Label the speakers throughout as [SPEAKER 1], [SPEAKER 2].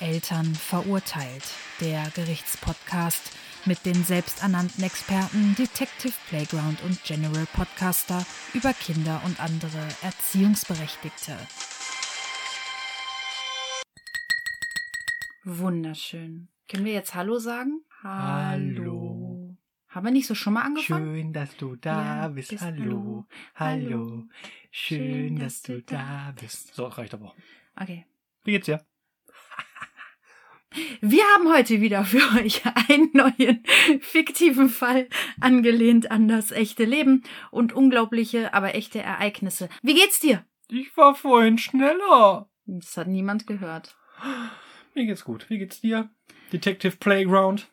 [SPEAKER 1] Eltern verurteilt. Der Gerichtspodcast mit den selbsternannten Experten Detective Playground und General Podcaster über Kinder und andere Erziehungsberechtigte. Wunderschön. Können wir jetzt Hallo sagen?
[SPEAKER 2] Hallo.
[SPEAKER 1] Haben wir nicht so schon mal angefangen?
[SPEAKER 2] Schön, dass du da
[SPEAKER 1] Ja,
[SPEAKER 2] bist.
[SPEAKER 1] bist-
[SPEAKER 2] Hallo,
[SPEAKER 1] hallo.
[SPEAKER 2] hallo. Schön, dass du da bist. So, reicht aber.
[SPEAKER 1] Okay.
[SPEAKER 2] Wie geht's dir?
[SPEAKER 1] Wir haben heute wieder für euch einen neuen fiktiven Fall, angelehnt an das echte Leben und unglaubliche, aber echte Ereignisse. Wie geht's dir?
[SPEAKER 2] Ich war vorhin schneller.
[SPEAKER 1] Das hat niemand gehört.
[SPEAKER 2] Mir geht's gut. Wie geht's dir? Detective Playground.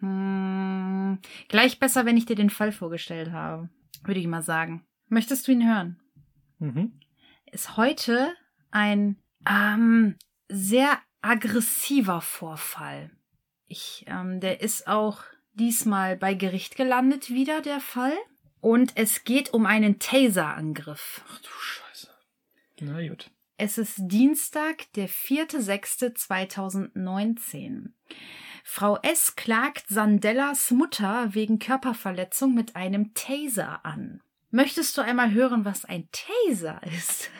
[SPEAKER 1] Hm, gleich besser, wenn ich dir den Fall vorgestellt habe, würde ich mal sagen. Möchtest du ihn hören?
[SPEAKER 2] Mhm.
[SPEAKER 1] Ist heute ein ähm, sehr aggressiver Vorfall. Ich, ähm, der ist auch diesmal bei Gericht gelandet wieder der Fall. Und es geht um einen Taser-Angriff.
[SPEAKER 2] Ach du Scheiße. Na gut.
[SPEAKER 1] Es ist Dienstag, der 4.6.2019. Frau S. klagt Sandellas Mutter wegen Körperverletzung mit einem Taser an. Möchtest du einmal hören, was ein Taser ist?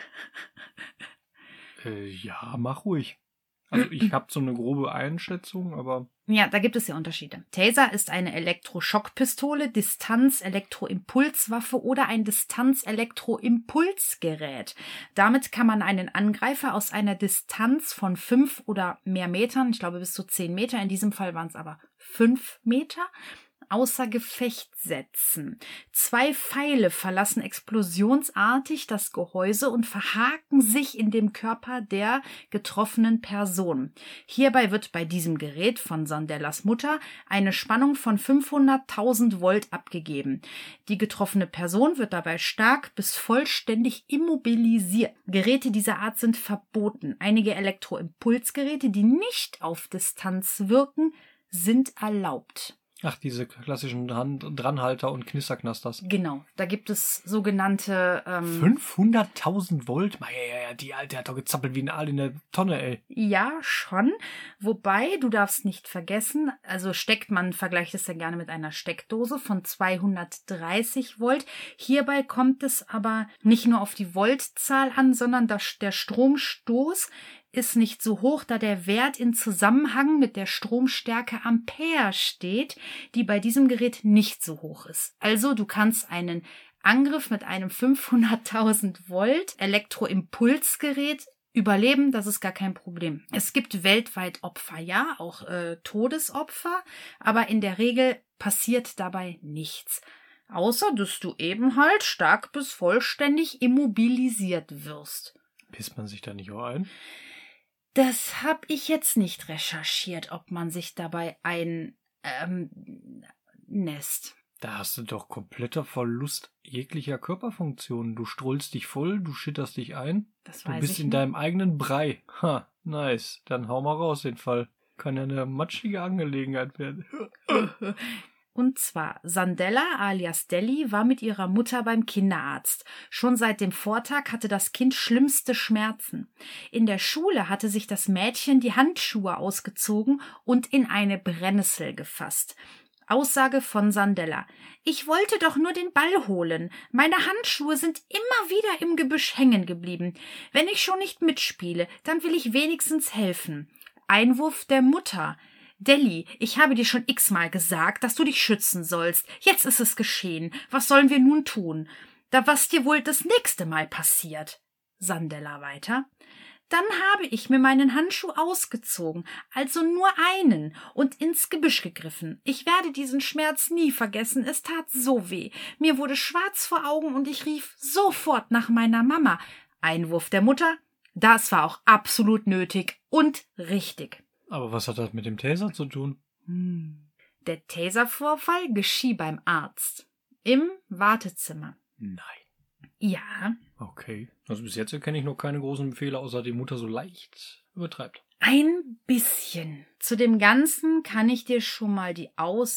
[SPEAKER 2] Äh, ja, mach ruhig. Also ich habe so eine grobe Einschätzung, aber
[SPEAKER 1] Ja, da gibt es ja Unterschiede. Taser ist eine Elektroschockpistole, Distanz-Elektroimpulswaffe oder ein Distanz-Elektroimpulsgerät. Damit kann man einen Angreifer aus einer Distanz von fünf oder mehr Metern, ich glaube bis zu zehn Meter, in diesem Fall waren es aber fünf Meter, außer Gefecht setzen. Zwei Pfeile verlassen explosionsartig das Gehäuse und verhaken sich in dem Körper der getroffenen Person. Hierbei wird bei diesem Gerät von Sandellas Mutter eine Spannung von 500.000 Volt abgegeben. Die getroffene Person wird dabei stark bis vollständig immobilisiert. Geräte dieser Art sind verboten. Einige Elektroimpulsgeräte, die nicht auf Distanz wirken, sind erlaubt.
[SPEAKER 2] ach, diese klassischen Hand Dranhalter und Knisterknasters.
[SPEAKER 1] Genau, da gibt es sogenannte ähm,
[SPEAKER 2] 500.000 Volt? Mei, ja, ja, die Alte hat doch gezappelt wie ein Aal in der Tonne, ey.
[SPEAKER 1] Ja, schon. Wobei, du darfst nicht vergessen, also steckt man, vergleicht es ja gerne mit einer Steckdose von 230 Volt. Hierbei kommt es aber nicht nur auf die Voltzahl an, sondern das, der Stromstoß ist nicht so hoch, da der Wert in Zusammenhang mit der Stromstärke Ampere steht, die bei diesem Gerät nicht so hoch ist. Also du kannst einen Angriff mit einem 500.000 Volt Elektroimpulsgerät überleben, das ist gar kein Problem. Es gibt weltweit Opfer, ja, auch äh, Todesopfer, aber in der Regel passiert dabei nichts. Außer, dass du eben halt stark bis vollständig immobilisiert wirst.
[SPEAKER 2] Pisst man sich da nicht auch ein?
[SPEAKER 1] Das habe ich jetzt nicht recherchiert, ob man sich dabei ein ähm, Nest.
[SPEAKER 2] Da hast du doch kompletter Verlust jeglicher Körperfunktionen. Du strollst dich voll, du schitterst dich ein,
[SPEAKER 1] Das
[SPEAKER 2] du
[SPEAKER 1] weiß
[SPEAKER 2] bist
[SPEAKER 1] ich
[SPEAKER 2] in
[SPEAKER 1] nicht.
[SPEAKER 2] deinem eigenen Brei. Ha, nice. Dann hau mal raus den Fall. Kann ja eine matschige Angelegenheit werden.
[SPEAKER 1] Und zwar, Sandella alias Deli war mit ihrer Mutter beim Kinderarzt. Schon seit dem Vortag hatte das Kind schlimmste Schmerzen. In der Schule hatte sich das Mädchen die Handschuhe ausgezogen und in eine Brennnessel gefasst. Aussage von Sandella. Ich wollte doch nur den Ball holen. Meine Handschuhe sind immer wieder im Gebüsch hängen geblieben. Wenn ich schon nicht mitspiele, dann will ich wenigstens helfen. Einwurf der Mutter. Delhi, ich habe dir schon x-mal gesagt, dass du dich schützen sollst. Jetzt ist es geschehen. Was sollen wir nun tun? Da was dir wohl das nächste Mal passiert? Sandella weiter. Dann habe ich mir meinen Handschuh ausgezogen, also nur einen, und ins Gebüsch gegriffen. Ich werde diesen Schmerz nie vergessen, es tat so weh. Mir wurde schwarz vor Augen und ich rief sofort nach meiner Mama. Einwurf der Mutter, das war auch absolut nötig und richtig.
[SPEAKER 2] Aber was hat das mit dem Taser zu tun?
[SPEAKER 1] Hm. Der Taser-Vorfall geschieht beim Arzt. Im Wartezimmer.
[SPEAKER 2] Nein.
[SPEAKER 1] Ja,
[SPEAKER 2] Okay. Also bis jetzt erkenne ich noch keine großen Fehler, außer die Mutter so leicht übertreibt.
[SPEAKER 1] Ein bisschen. Zu dem Ganzen kann ich dir schon mal die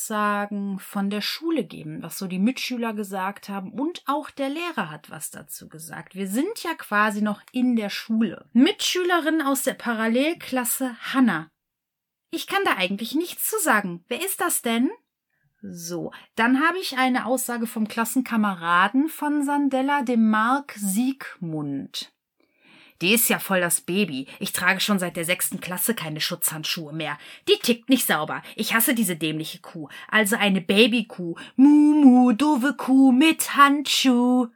[SPEAKER 1] Aussagen von der Schule geben, was so die Mitschüler gesagt haben und auch der Lehrer hat was dazu gesagt. Wir sind ja quasi noch in der Schule. Mitschülerin aus der Parallelklasse Hanna. Ich kann da eigentlich nichts zu sagen. Wer ist das denn? So, dann habe ich eine Aussage vom Klassenkameraden von Sandella, dem Mark Siegmund. Die ist ja voll das Baby. Ich trage schon seit der sechsten Klasse keine Schutzhandschuhe mehr. Die tickt nicht sauber. Ich hasse diese dämliche Kuh. Also eine Babykuh. Mumu, doofe Kuh mit Handschuh.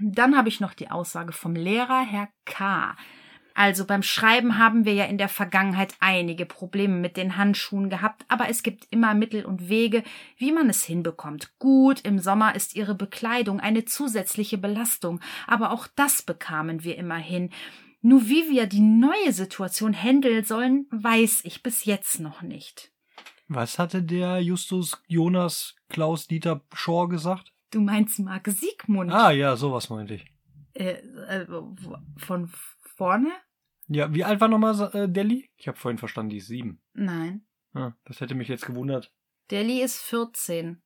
[SPEAKER 1] Dann habe ich noch die Aussage vom Lehrer, Herr K. Also beim Schreiben haben wir ja in der Vergangenheit einige Probleme mit den Handschuhen gehabt, aber es gibt immer Mittel und Wege, wie man es hinbekommt. Gut, im Sommer ist ihre Bekleidung eine zusätzliche Belastung, aber auch das bekamen wir immer hin. Nur wie wir die neue Situation händeln sollen, weiß ich bis jetzt noch nicht.
[SPEAKER 2] Was hatte der Justus Jonas Klaus Dieter Schor gesagt?
[SPEAKER 1] Du meinst Mark Siegmund?
[SPEAKER 2] Ah ja, sowas meinte ich.
[SPEAKER 1] Äh, äh, von vorne?
[SPEAKER 2] Ja, wie alt war nochmal äh, Delhi? Ich habe vorhin verstanden, die ist sieben.
[SPEAKER 1] Nein.
[SPEAKER 2] Ah, das hätte mich jetzt gewundert.
[SPEAKER 1] Delhi ist 14.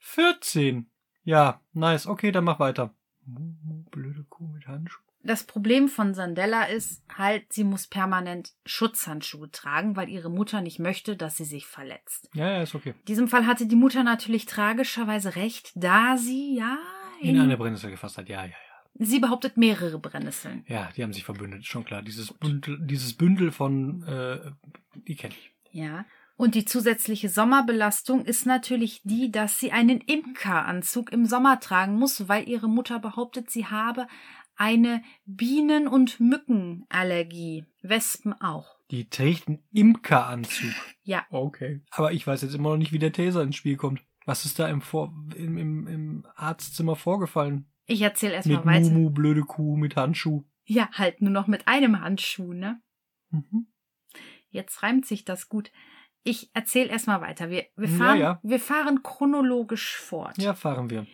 [SPEAKER 2] 14. Ja, nice. Okay, dann mach weiter. Mumu, Blöde Kuh mit Handschuhen.
[SPEAKER 1] Das Problem von Sandella ist halt, sie muss permanent Schutzhandschuhe tragen, weil ihre Mutter nicht möchte, dass sie sich verletzt.
[SPEAKER 2] Ja, ja, ist okay.
[SPEAKER 1] In diesem Fall hatte die Mutter natürlich tragischerweise recht, da sie ja
[SPEAKER 2] In
[SPEAKER 1] Mhm.
[SPEAKER 2] eine Brennnessel gefasst hat. Ja, ja, ja.
[SPEAKER 1] sie behauptet mehrere Brennnesseln.
[SPEAKER 2] Ja, die haben sich verbündet, schon klar. Dieses Bündel, dieses Bündel von, äh, die kenne ich.
[SPEAKER 1] Ja. Und die zusätzliche Sommerbelastung ist natürlich die, dass sie einen Imkeranzug im Sommer tragen muss, weil ihre Mutter behauptet, sie habe eine Bienen- und Mückenallergie. Wespen auch.
[SPEAKER 2] Die trägt einen Imkeranzug.
[SPEAKER 1] Ja.
[SPEAKER 2] Okay. Aber ich weiß jetzt immer noch nicht, wie der Taser ins Spiel kommt. Was ist da im, Vor im, im, im Arztzimmer vorgefallen?
[SPEAKER 1] Ich erzähle erstmal
[SPEAKER 2] Mit
[SPEAKER 1] weiter.
[SPEAKER 2] Mumu, blöde Kuh, mit Handschuh.
[SPEAKER 1] Ja, halt nur noch mit einem Handschuh, ne?
[SPEAKER 2] Mhm.
[SPEAKER 1] Jetzt reimt sich das gut. Ich erzähle erstmal weiter. Wir, wir,
[SPEAKER 2] Ja,
[SPEAKER 1] fahren,
[SPEAKER 2] ja.
[SPEAKER 1] wir fahren chronologisch fort.
[SPEAKER 2] Ja, fahren wir.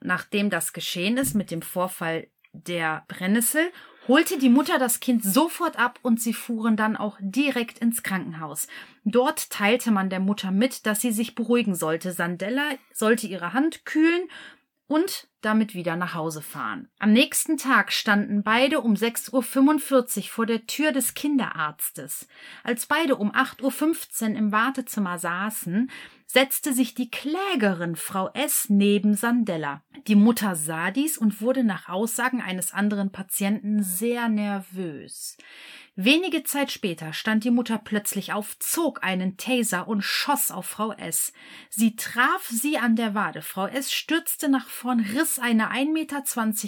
[SPEAKER 1] Nachdem das geschehen ist mit dem Vorfall der Brennnessel, holte die Mutter das Kind sofort ab und sie fuhren dann auch direkt ins Krankenhaus. Dort teilte man der Mutter mit, dass sie sich beruhigen sollte. Sandella sollte ihre Hand kühlen und damit wieder nach Hause fahren. Am nächsten Tag standen beide um 6.45 Uhr vor der Tür des Kinderarztes. Als beide um 8.15 Uhr im Wartezimmer saßen, setzte sich die Klägerin Frau S. neben Sandella. Die Mutter sah dies und wurde nach Aussagen eines anderen Patienten sehr nervös. Wenige Zeit später stand die Mutter plötzlich auf, zog einen Taser und schoss auf Frau S. Sie traf sie an der Wade. Frau S. stürzte nach vorn, riss eine 1,20 Meter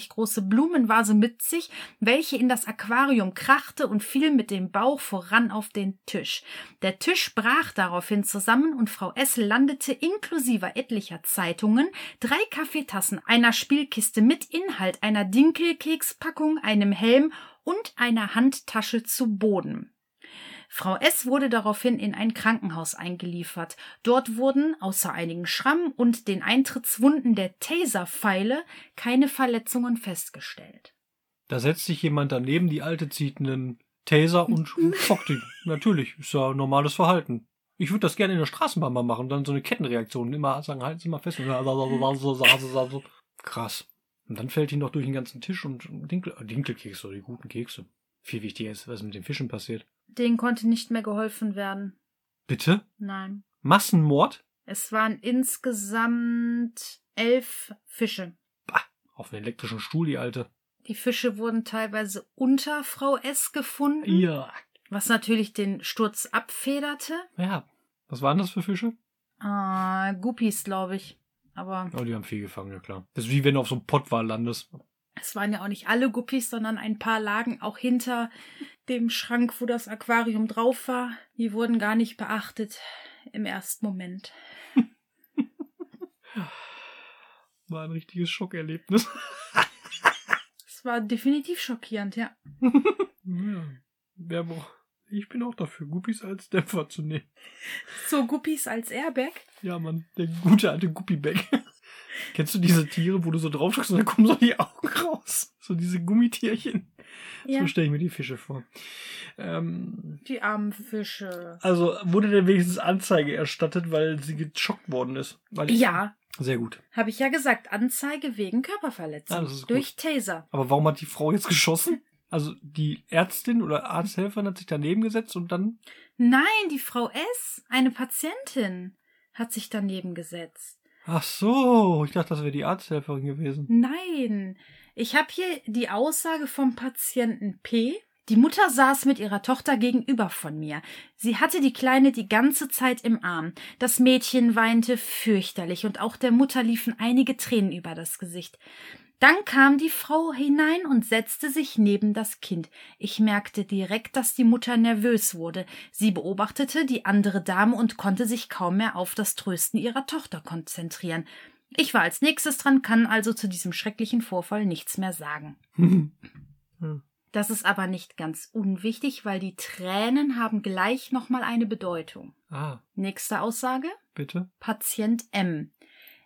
[SPEAKER 1] große Blumenvase mit sich, welche in das Aquarium krachte und fiel mit dem Bauch voran auf den Tisch. Der Tisch brach daraufhin zusammen und Frau S. landete inklusive etlicher Zeitungen, drei Kaffeetassen, einer Spielkiste mit Inhalt, einer Dinkelkekspackung, einem Helm und einer Handtasche zu Boden. Frau S. wurde daraufhin in ein Krankenhaus eingeliefert. Dort wurden, außer einigen Schrammen und den Eintrittswunden der Taserpfeile, keine Verletzungen festgestellt.
[SPEAKER 2] Da setzt sich jemand daneben, die Alte zieht einen Taser und schockt ihn. Natürlich, ist ja normales Verhalten. Ich würde das gerne in der Straßenbahn mal machen, dann so eine Kettenreaktion. Immer sagen, halten Sie mal fest. Und Krass. Und dann fällt ihn doch durch den ganzen Tisch und Dinkel, äh, Dinkelkekse, die guten Kekse. Viel wichtiger ist, was mit den Fischen passiert.
[SPEAKER 1] Denen konnte nicht mehr geholfen werden.
[SPEAKER 2] Bitte?
[SPEAKER 1] Nein.
[SPEAKER 2] Massenmord?
[SPEAKER 1] Es waren insgesamt elf Fische.
[SPEAKER 2] Auf einen elektrischen Stuhl, die Alte.
[SPEAKER 1] Die Fische wurden teilweise unter Frau S. gefunden,
[SPEAKER 2] Ja.
[SPEAKER 1] was natürlich den Sturz abfederte.
[SPEAKER 2] Ja. Was waren das für Fische?
[SPEAKER 1] Äh, Guppies, glaube ich. Aber
[SPEAKER 2] Oh, die haben viel gefangen, ja klar. Das ist wie wenn du auf so einem Pott war landest.
[SPEAKER 1] es waren ja auch nicht alle Guppies, sondern ein paar lagen auch hinter dem Schrank, wo das Aquarium drauf war. Die wurden gar nicht beachtet im ersten Moment.
[SPEAKER 2] War ein richtiges Schockerlebnis.
[SPEAKER 1] Es war definitiv schockierend, ja.
[SPEAKER 2] Ja, wer braucht. Ich bin auch dafür, Guppies als Dämpfer zu nehmen.
[SPEAKER 1] So Guppies als Airbag.
[SPEAKER 2] Ja, Mann, der gute alte Guppibag. Kennst du diese Tiere, wo du so drauf schaust und dann kommen so die Augen raus? So diese Gummitierchen.
[SPEAKER 1] Ja,
[SPEAKER 2] So stelle ich mir die Fische vor. Ähm,
[SPEAKER 1] die armen Fische.
[SPEAKER 2] also wurde denn wenigstens Anzeige erstattet, weil sie geschockt worden ist? Weil
[SPEAKER 1] Ja,
[SPEAKER 2] Sehr gut.
[SPEAKER 1] habe ich ja gesagt, Anzeige wegen Körperverletzung
[SPEAKER 2] Ah, das ist gut.
[SPEAKER 1] durch Taser.
[SPEAKER 2] Aber warum hat die Frau jetzt geschossen? Also die Ärztin oder Arzthelferin hat sich daneben gesetzt und dann
[SPEAKER 1] Nein, die Frau S, eine Patientin, hat sich daneben gesetzt.
[SPEAKER 2] Ach so, ich dachte, das wäre die Arzthelferin gewesen.
[SPEAKER 1] Nein, ich habe hier die Aussage vom Patienten P. Die Mutter saß mit ihrer Tochter gegenüber von mir. Sie hatte die Kleine die ganze Zeit im Arm. Das Mädchen weinte fürchterlich und auch der Mutter liefen einige Tränen über das Gesicht. Dann kam die Frau hinein und setzte sich neben das Kind. Ich merkte direkt, dass die Mutter nervös wurde. Sie beobachtete die andere Dame und konnte sich kaum mehr auf das Trösten ihrer Tochter konzentrieren. Ich war als nächstes dran, kann also zu diesem schrecklichen Vorfall nichts mehr sagen. Das ist aber nicht ganz unwichtig, weil die Tränen haben gleich nochmal eine Bedeutung.
[SPEAKER 2] ah,
[SPEAKER 1] Nächste Aussage.
[SPEAKER 2] bitte?
[SPEAKER 1] Patient M.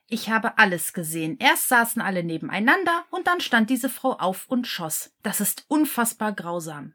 [SPEAKER 1] Ich habe alles gesehen. Erst saßen alle nebeneinander und dann stand diese Frau auf und schoss. Das ist unfassbar grausam.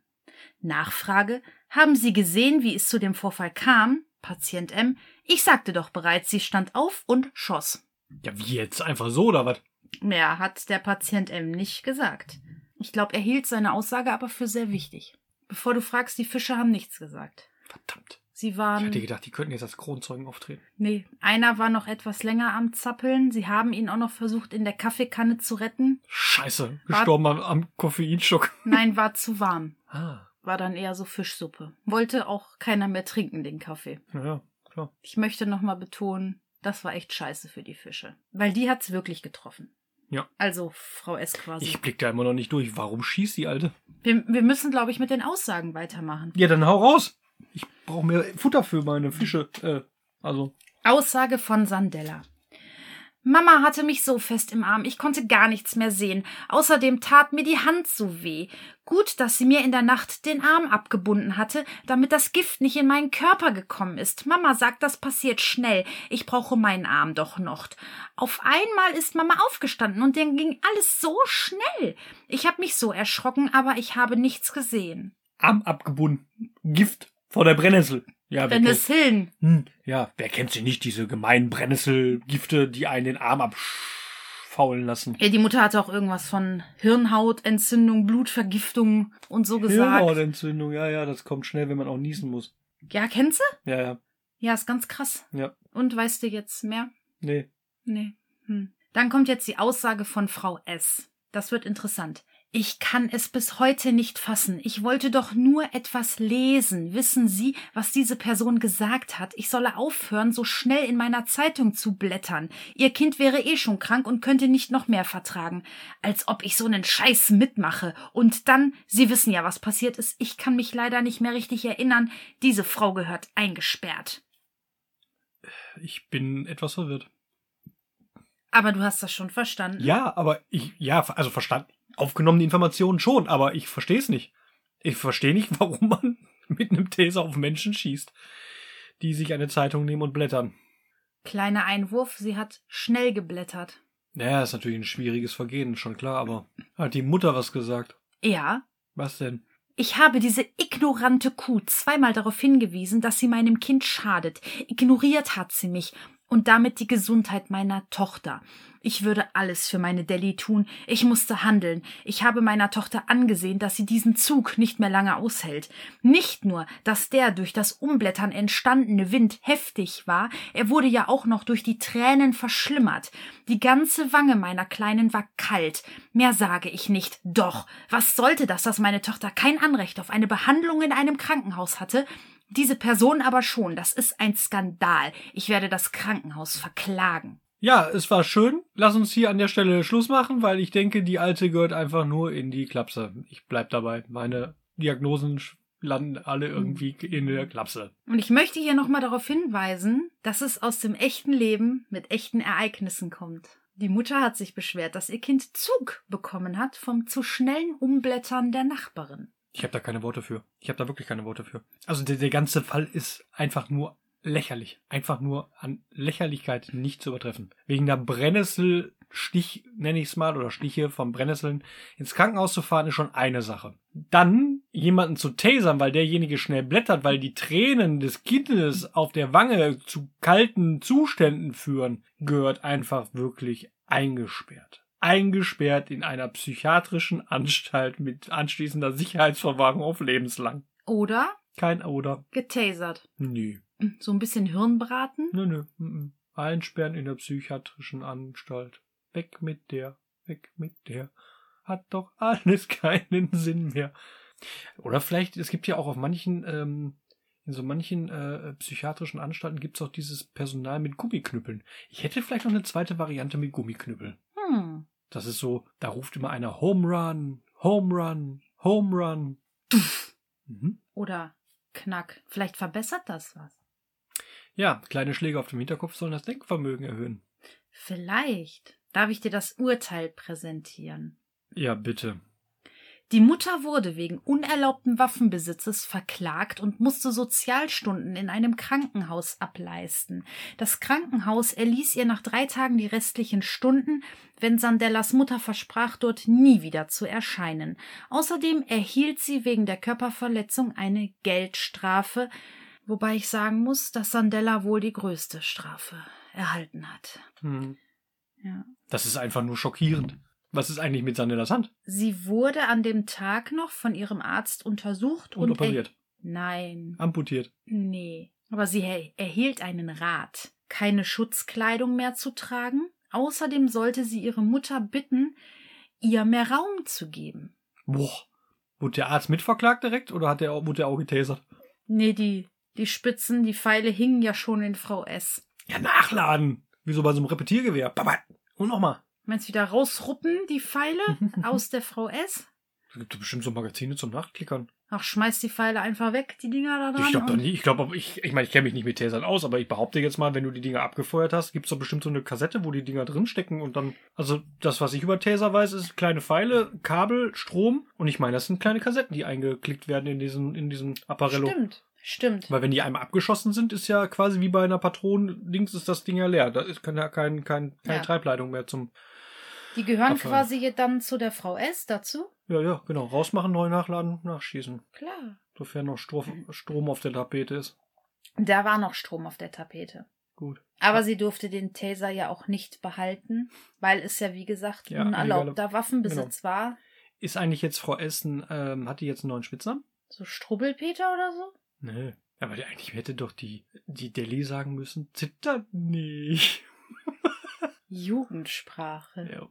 [SPEAKER 1] Nachfrage: Haben Sie gesehen, wie es zu dem Vorfall kam? Patient M. Ich sagte doch bereits, sie stand auf und schoss.
[SPEAKER 2] Ja, wie jetzt? Einfach so oder was?
[SPEAKER 1] Mehr hat der Patient M nicht gesagt. Ich glaube, er hielt seine Aussage aber für sehr wichtig. Bevor du fragst, die Fische haben nichts gesagt.
[SPEAKER 2] Verdammt.
[SPEAKER 1] Sie
[SPEAKER 2] Ich hätte
[SPEAKER 1] waren.
[SPEAKER 2] gedacht, die könnten jetzt als Kronzeugen auftreten.
[SPEAKER 1] Nee, einer war noch etwas länger am Zappeln. Sie haben ihn auch noch versucht, in der Kaffeekanne zu retten.
[SPEAKER 2] Scheiße, gestorben am, am Koffeinschock.
[SPEAKER 1] Nein, war zu warm.
[SPEAKER 2] Ah,
[SPEAKER 1] War dann eher so Fischsuppe. Wollte auch keiner mehr trinken, den Kaffee.
[SPEAKER 2] naja, klar.
[SPEAKER 1] Ich möchte nochmal betonen, das war echt scheiße für die Fische. Weil die hat's wirklich getroffen.
[SPEAKER 2] Ja.
[SPEAKER 1] Also Frau S. quasi.
[SPEAKER 2] Ich blick da immer noch nicht durch. Warum schießt die Alte?
[SPEAKER 1] wir, wir müssen, glaube ich, mit den Aussagen weitermachen.
[SPEAKER 2] Ja, dann hau raus. Ich brauche mehr Futter für meine Fische. Äh, also.
[SPEAKER 1] Aussage von Sandella. Mama hatte mich so fest im Arm, ich konnte gar nichts mehr sehen. Außerdem tat mir die Hand so weh. Gut, dass sie mir in der Nacht den Arm abgebunden hatte, damit das Gift nicht in meinen Körper gekommen ist. Mama sagt, das passiert schnell. Ich brauche meinen Arm doch noch. Auf einmal ist Mama aufgestanden und dann ging alles so schnell. Ich habe mich so erschrocken, aber ich habe nichts gesehen.
[SPEAKER 2] Arm abgebunden. Gift vor der Brennnessel. Ja,
[SPEAKER 1] Wenn
[SPEAKER 2] wirklich.
[SPEAKER 1] es hin.
[SPEAKER 2] Hm, ja, wer kennt sie nicht, diese gemeinen Brennnesselgifte, die einen den Arm abfaulen lassen?
[SPEAKER 1] Ja, die Mutter hatte auch irgendwas von Hirnhautentzündung, Blutvergiftung und so gesagt. Ja,
[SPEAKER 2] Hirnhautentzündung, ja, ja, das kommt schnell, wenn man auch niesen muss.
[SPEAKER 1] kennst du?
[SPEAKER 2] Ja, ja,
[SPEAKER 1] Ja, ist ganz krass.
[SPEAKER 2] ja,
[SPEAKER 1] Und weißt du jetzt mehr?
[SPEAKER 2] nee.
[SPEAKER 1] Nee. Hm. Dann kommt jetzt die Aussage von Frau S. Das wird interessant. Ich kann es bis heute nicht fassen. Ich wollte doch nur etwas lesen. Wissen Sie, was diese Person gesagt hat? Ich solle aufhören, so schnell in meiner Zeitung zu blättern. Ihr Kind wäre eh schon krank und könnte nicht noch mehr vertragen. Als ob ich so einen Scheiß mitmache. Und dann, Sie wissen ja, was passiert ist. Ich kann mich leider nicht mehr richtig erinnern. Diese Frau gehört eingesperrt.
[SPEAKER 2] Ich bin etwas verwirrt.
[SPEAKER 1] Aber du hast das schon verstanden.
[SPEAKER 2] Ja, aber ich, ja, also verstanden, aufgenommen die Informationen schon, aber ich verstehe es nicht. Ich verstehe nicht, warum man mit einem Taser auf Menschen schießt, die sich eine Zeitung nehmen und blättern.
[SPEAKER 1] Kleiner Einwurf, sie hat schnell geblättert.
[SPEAKER 2] Naja, ist natürlich ein schwieriges Vergehen, schon klar, aber hat die Mutter was gesagt?
[SPEAKER 1] Ja.
[SPEAKER 2] Was denn?
[SPEAKER 1] Ich habe diese ignorante Kuh zweimal darauf hingewiesen, dass sie meinem Kind schadet. Ignoriert hat sie mich und damit die Gesundheit meiner Tochter. Ich würde alles für meine Deli tun. Ich musste handeln. Ich habe meiner Tochter angesehen, dass sie diesen Zug nicht mehr lange aushält. Nicht nur, dass der durch das Umblättern entstandene Wind heftig war, er wurde ja auch noch durch die Tränen verschlimmert. Die ganze Wange meiner Kleinen war kalt. Mehr sage ich nicht. Doch, was sollte das, dass meine Tochter kein Anrecht auf eine Behandlung in einem Krankenhaus hatte? Diese Person aber schon. Das ist ein Skandal. Ich werde das Krankenhaus verklagen.
[SPEAKER 2] Ja, es war schön. Lass uns hier an der Stelle Schluss machen, weil ich denke, die alte gehört einfach nur in die Klapse. Ich bleib dabei. Meine Diagnosen sch- landen alle irgendwie in der Klapse.
[SPEAKER 1] Und ich möchte hier nochmal darauf hinweisen, dass es aus dem echten Leben mit echten Ereignissen kommt. Die Mutter hat sich beschwert, dass ihr Kind Zug bekommen hat vom zu schnellen Umblättern der Nachbarin.
[SPEAKER 2] Ich habe da keine Worte für. Ich habe da wirklich keine Worte für. Also der, der ganze Fall ist einfach nur lächerlich. Einfach nur an Lächerlichkeit nicht zu übertreffen. Wegen der Brennnessel Stich, nenne ich es mal, oder Stiche von Brennnesseln ins Krankenhaus zu fahren, ist schon eine Sache. Dann jemanden zu tasern, weil derjenige schnell blättert, weil die Tränen des Kindes auf der Wange zu kalten Zuständen führen, gehört einfach wirklich eingesperrt. Eingesperrt in einer psychiatrischen Anstalt mit anschließender Sicherheitsverwahrung auf lebenslang.
[SPEAKER 1] Oder
[SPEAKER 2] Kein Oder.
[SPEAKER 1] getasert. Hm,
[SPEAKER 2] Nee.
[SPEAKER 1] So ein bisschen Hirnbraten.
[SPEAKER 2] Nö, nö. mm, mm. Einsperren in der psychiatrischen Anstalt. Weg mit der, weg mit der. Hat doch alles keinen Sinn mehr. Oder vielleicht, es gibt ja auch auf manchen, ähm, in so manchen äh, psychiatrischen Anstalten gibt's auch dieses Personal mit Gummiknüppeln. Ich hätte vielleicht noch eine zweite Variante mit Gummiknüppeln.
[SPEAKER 1] Hm.
[SPEAKER 2] Das ist so, da ruft immer einer Home Run, Home Run, Home Run. Mhm.
[SPEAKER 1] Oder Knack. Vielleicht verbessert das was.
[SPEAKER 2] Ja, kleine Schläge auf dem Hinterkopf sollen das Denkvermögen erhöhen.
[SPEAKER 1] Vielleicht darf ich dir das Urteil präsentieren.
[SPEAKER 2] Ja, bitte.
[SPEAKER 1] Die Mutter wurde wegen unerlaubten Waffenbesitzes verklagt und musste Sozialstunden in einem Krankenhaus ableisten. Das Krankenhaus erließ ihr nach drei Tagen die restlichen Stunden, wenn Sandellas Mutter versprach, dort nie wieder zu erscheinen. Außerdem erhielt sie wegen der Körperverletzung eine Geldstrafe, wobei ich sagen muss, dass Sandella wohl die größte Strafe erhalten hat.
[SPEAKER 2] Hm.
[SPEAKER 1] Ja.
[SPEAKER 2] Das ist einfach nur schockierend. Was ist eigentlich mit Sandellas Hand?
[SPEAKER 1] Sie wurde an dem Tag noch von ihrem Arzt untersucht und,
[SPEAKER 2] Und,
[SPEAKER 1] er-
[SPEAKER 2] operiert.
[SPEAKER 1] Nein,
[SPEAKER 2] Amputiert.
[SPEAKER 1] nee. Aber sie er- erhielt einen Rat, keine Schutzkleidung mehr zu tragen. Außerdem sollte sie ihre Mutter bitten, ihr mehr Raum zu geben.
[SPEAKER 2] Boah. Wurde der Arzt mitverklagt direkt oder hat der, wurde der auch getasert?
[SPEAKER 1] Nee, die, die Spitzen, die Pfeile hingen ja schon in Frau S.
[SPEAKER 2] Ja, nachladen. Wie so bei so einem Repetiergewehr. Babat. Und nochmal.
[SPEAKER 1] Meinst du wieder rausruppen, die Pfeile aus der Frau S?
[SPEAKER 2] Es gibt doch bestimmt so Magazine zum Nachklickern.
[SPEAKER 1] Ach, schmeiß die Pfeile einfach weg, die Dinger da dran.
[SPEAKER 2] ich glaube doch
[SPEAKER 1] und-
[SPEAKER 2] nicht. Ich glaube, ich, ich meine, ich kenne mich nicht mit Tasern aus, aber ich behaupte jetzt mal, wenn du die Dinger abgefeuert hast, gibt's doch bestimmt so eine Kassette, wo die Dinger drinstecken und dann. Also das, was ich über Taser weiß, ist kleine Pfeile, Kabel, Strom und ich meine, das sind kleine Kassetten, die eingeklickt werden in diesen, in diesem Apparello.
[SPEAKER 1] Stimmt, stimmt.
[SPEAKER 2] Weil wenn die einmal abgeschossen sind, ist ja quasi wie bei einer Patron, links ist das Ding ja leer. Da ist kann ja kein, kein, keine
[SPEAKER 1] Ja.
[SPEAKER 2] Treibleitung mehr zum.
[SPEAKER 1] Die gehören
[SPEAKER 2] Abfall.
[SPEAKER 1] quasi dann zu der Frau S dazu.
[SPEAKER 2] Ja, ja, genau. Rausmachen, neu nachladen, nachschießen.
[SPEAKER 1] Klar.
[SPEAKER 2] Sofern noch Stro Strom auf der Tapete ist.
[SPEAKER 1] Da war noch Strom auf der Tapete.
[SPEAKER 2] Gut.
[SPEAKER 1] Aber sie durfte den Taser ja auch nicht behalten, weil es ja, wie gesagt,
[SPEAKER 2] Ja, Genau.
[SPEAKER 1] unerlaubter Waffenbesitz war.
[SPEAKER 2] Ist eigentlich jetzt Frau Essen, ähm, hat die jetzt einen neuen Spitznamen?
[SPEAKER 1] So Strubbelpeter oder so?
[SPEAKER 2] Nee. Aber die- eigentlich hätte doch die, die Deli sagen müssen, zittert nicht.
[SPEAKER 1] Jugendsprache.
[SPEAKER 2] Ja,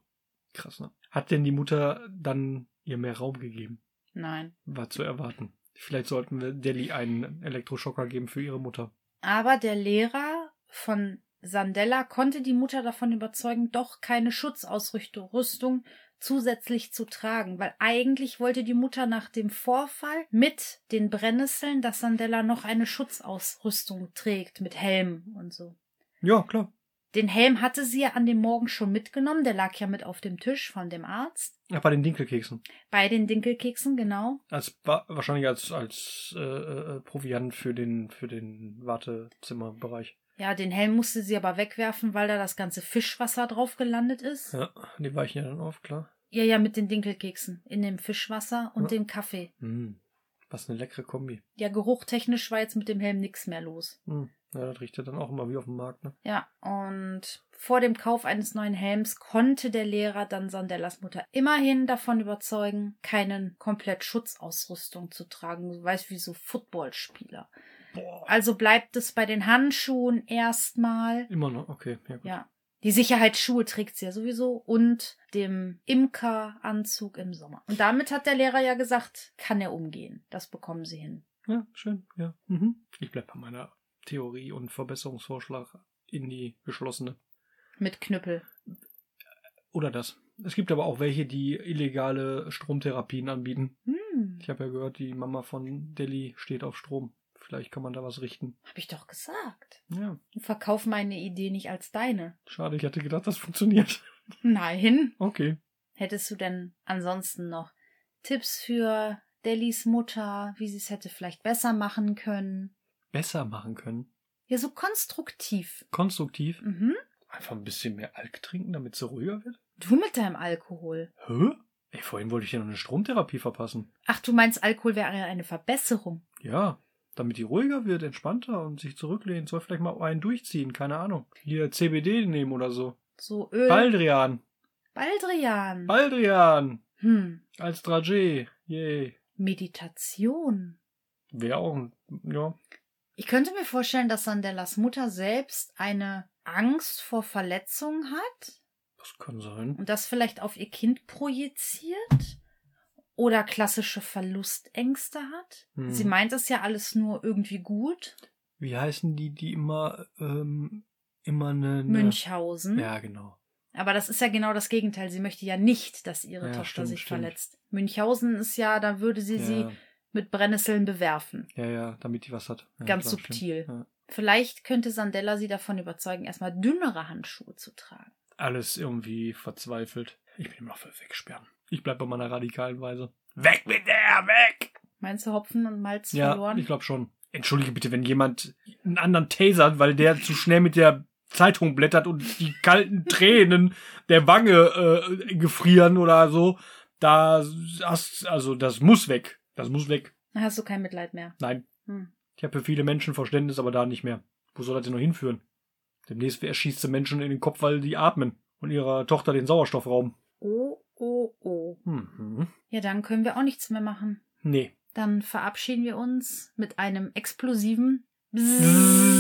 [SPEAKER 2] krass, ne? Hat denn die Mutter dann ihr mehr Raum gegeben?
[SPEAKER 1] Nein.
[SPEAKER 2] War zu erwarten. Vielleicht sollten wir Deli einen Elektroschocker geben für ihre Mutter.
[SPEAKER 1] Aber der Lehrer von Sandella konnte die Mutter davon überzeugen, doch keine Schutzausrüstung zusätzlich zu tragen, weil eigentlich wollte die Mutter nach dem Vorfall mit den Brennnesseln, dass Sandella noch eine Schutzausrüstung trägt, mit Helm und so.
[SPEAKER 2] Ja, klar.
[SPEAKER 1] Den Helm hatte sie ja an dem Morgen schon mitgenommen, der lag ja mit auf dem Tisch von dem Arzt.
[SPEAKER 2] Ja, bei den Dinkelkeksen.
[SPEAKER 1] Bei den Dinkelkeksen, genau.
[SPEAKER 2] Als wa- wahrscheinlich als als äh, äh, Proviant für den für den Wartezimmerbereich.
[SPEAKER 1] Ja, den Helm musste sie aber wegwerfen, weil da das ganze Fischwasser drauf gelandet ist.
[SPEAKER 2] Ja, die weichen ja dann auf, klar.
[SPEAKER 1] Ja, ja, mit den Dinkelkeksen. In dem Fischwasser und
[SPEAKER 2] Ja.
[SPEAKER 1] dem Kaffee.
[SPEAKER 2] Mm, was eine leckere Kombi.
[SPEAKER 1] Ja, geruchtechnisch war jetzt mit dem Helm nichts mehr los.
[SPEAKER 2] Mm, ja, das riecht ja dann auch immer wie auf dem Markt, ne?
[SPEAKER 1] Ja, und vor dem Kauf eines neuen Helms konnte der Lehrer dann Sandellas Mutter immerhin davon überzeugen, keinen komplett Schutzausrüstung zu tragen. Du weißt, wie so Footballspieler.
[SPEAKER 2] Boah.
[SPEAKER 1] Also bleibt es bei den Handschuhen erstmal.
[SPEAKER 2] Immer noch, okay. Ja, gut.
[SPEAKER 1] Ja. Die Sicherheitsschuhe trägt sie ja sowieso und dem Imkeranzug im Sommer. Und damit hat der Lehrer ja gesagt, kann er umgehen. Das bekommen sie hin.
[SPEAKER 2] Ja, schön, ja. Mhm. Ich bleib bei meiner Theorie und Verbesserungsvorschlag in die geschlossene.
[SPEAKER 1] Mit Knüppel.
[SPEAKER 2] Oder das. Es gibt aber auch welche, die illegale Stromtherapien anbieten.
[SPEAKER 1] Hm,
[SPEAKER 2] Ich habe ja gehört, die Mama von Delhi steht auf Strom. Vielleicht kann man da was richten.
[SPEAKER 1] hab ich doch gesagt.
[SPEAKER 2] Ja.
[SPEAKER 1] Verkauf meine Idee nicht als deine.
[SPEAKER 2] Schade, ich hatte gedacht, das funktioniert.
[SPEAKER 1] Nein.
[SPEAKER 2] Okay.
[SPEAKER 1] Hättest du denn ansonsten noch Tipps für Dellys Mutter, wie sie es hätte vielleicht besser machen können?
[SPEAKER 2] Besser machen können.
[SPEAKER 1] Ja, so konstruktiv.
[SPEAKER 2] Konstruktiv.
[SPEAKER 1] Mhm.
[SPEAKER 2] Einfach ein bisschen mehr Alk trinken, damit sie ruhiger wird?
[SPEAKER 1] Du mit deinem Alkohol.
[SPEAKER 2] Hä? Ey, vorhin wollte ich ja noch eine Stromtherapie verpassen.
[SPEAKER 1] Ach, du meinst, Alkohol wäre eine Verbesserung.
[SPEAKER 2] Ja, damit die ruhiger wird, entspannter und sich zurücklehnt. Soll vielleicht mal einen durchziehen, keine Ahnung. Hier CBD nehmen oder so.
[SPEAKER 1] So Öl.
[SPEAKER 2] Baldrian.
[SPEAKER 1] Baldrian.
[SPEAKER 2] Baldrian.
[SPEAKER 1] hm.
[SPEAKER 2] Als Dragé. Yay.
[SPEAKER 1] Meditation.
[SPEAKER 2] Wäre auch ein, ja.
[SPEAKER 1] Ich könnte mir vorstellen, dass Sandellas Mutter selbst eine Angst vor Verletzungen hat
[SPEAKER 2] Das kann sein.
[SPEAKER 1] und das vielleicht auf ihr Kind projiziert oder klassische Verlustängste hat.
[SPEAKER 2] Hm.
[SPEAKER 1] Sie meint es ja alles nur irgendwie gut.
[SPEAKER 2] Wie heißen die, die immer, ähm, immer eine. eine-
[SPEAKER 1] Münchhausen.
[SPEAKER 2] Ja, genau.
[SPEAKER 1] Aber das ist ja genau das Gegenteil. Sie möchte ja nicht, dass ihre
[SPEAKER 2] Ja,
[SPEAKER 1] Tochter
[SPEAKER 2] stimmt,
[SPEAKER 1] sich
[SPEAKER 2] stimmt.
[SPEAKER 1] verletzt. Münchhausen ist ja, da würde sie
[SPEAKER 2] ja,
[SPEAKER 1] sie mit Brennnesseln bewerfen.
[SPEAKER 2] ja, ja, damit die was hat. Ja,
[SPEAKER 1] Ganz
[SPEAKER 2] klar,
[SPEAKER 1] subtil.
[SPEAKER 2] stimmt. Ja.
[SPEAKER 1] Vielleicht könnte Sandella sie davon überzeugen, erstmal dünnere Handschuhe zu tragen.
[SPEAKER 2] Alles irgendwie verzweifelt. Ich bin immer noch für wegsperren. Ich bleib bei meiner radikalen Weise. Weg mit der, weg!
[SPEAKER 1] Meinst du, Hopfen und Malz
[SPEAKER 2] Ja,
[SPEAKER 1] verloren?
[SPEAKER 2] ich glaube schon. Entschuldige bitte, wenn jemand einen anderen tasert, weil der zu schnell mit der Zeitung blättert und die kalten Tränen der Wange äh, gefrieren oder so. Da hast, also das muss weg. Das muss weg.
[SPEAKER 1] Da hast du kein Mitleid mehr.
[SPEAKER 2] Nein.
[SPEAKER 1] Hm.
[SPEAKER 2] Ich habe für viele Menschen Verständnis, aber da nicht mehr. Wo soll das denn noch hinführen? Demnächst erschießt sie Menschen in den Kopf, weil die atmen und ihrer Tochter den Sauerstoff rauben.
[SPEAKER 1] Oh, oh, oh.
[SPEAKER 2] Mhm.
[SPEAKER 1] Ja, dann können wir auch nichts mehr machen.
[SPEAKER 2] Nee.
[SPEAKER 1] Dann verabschieden wir uns mit einem explosiven Bzzz.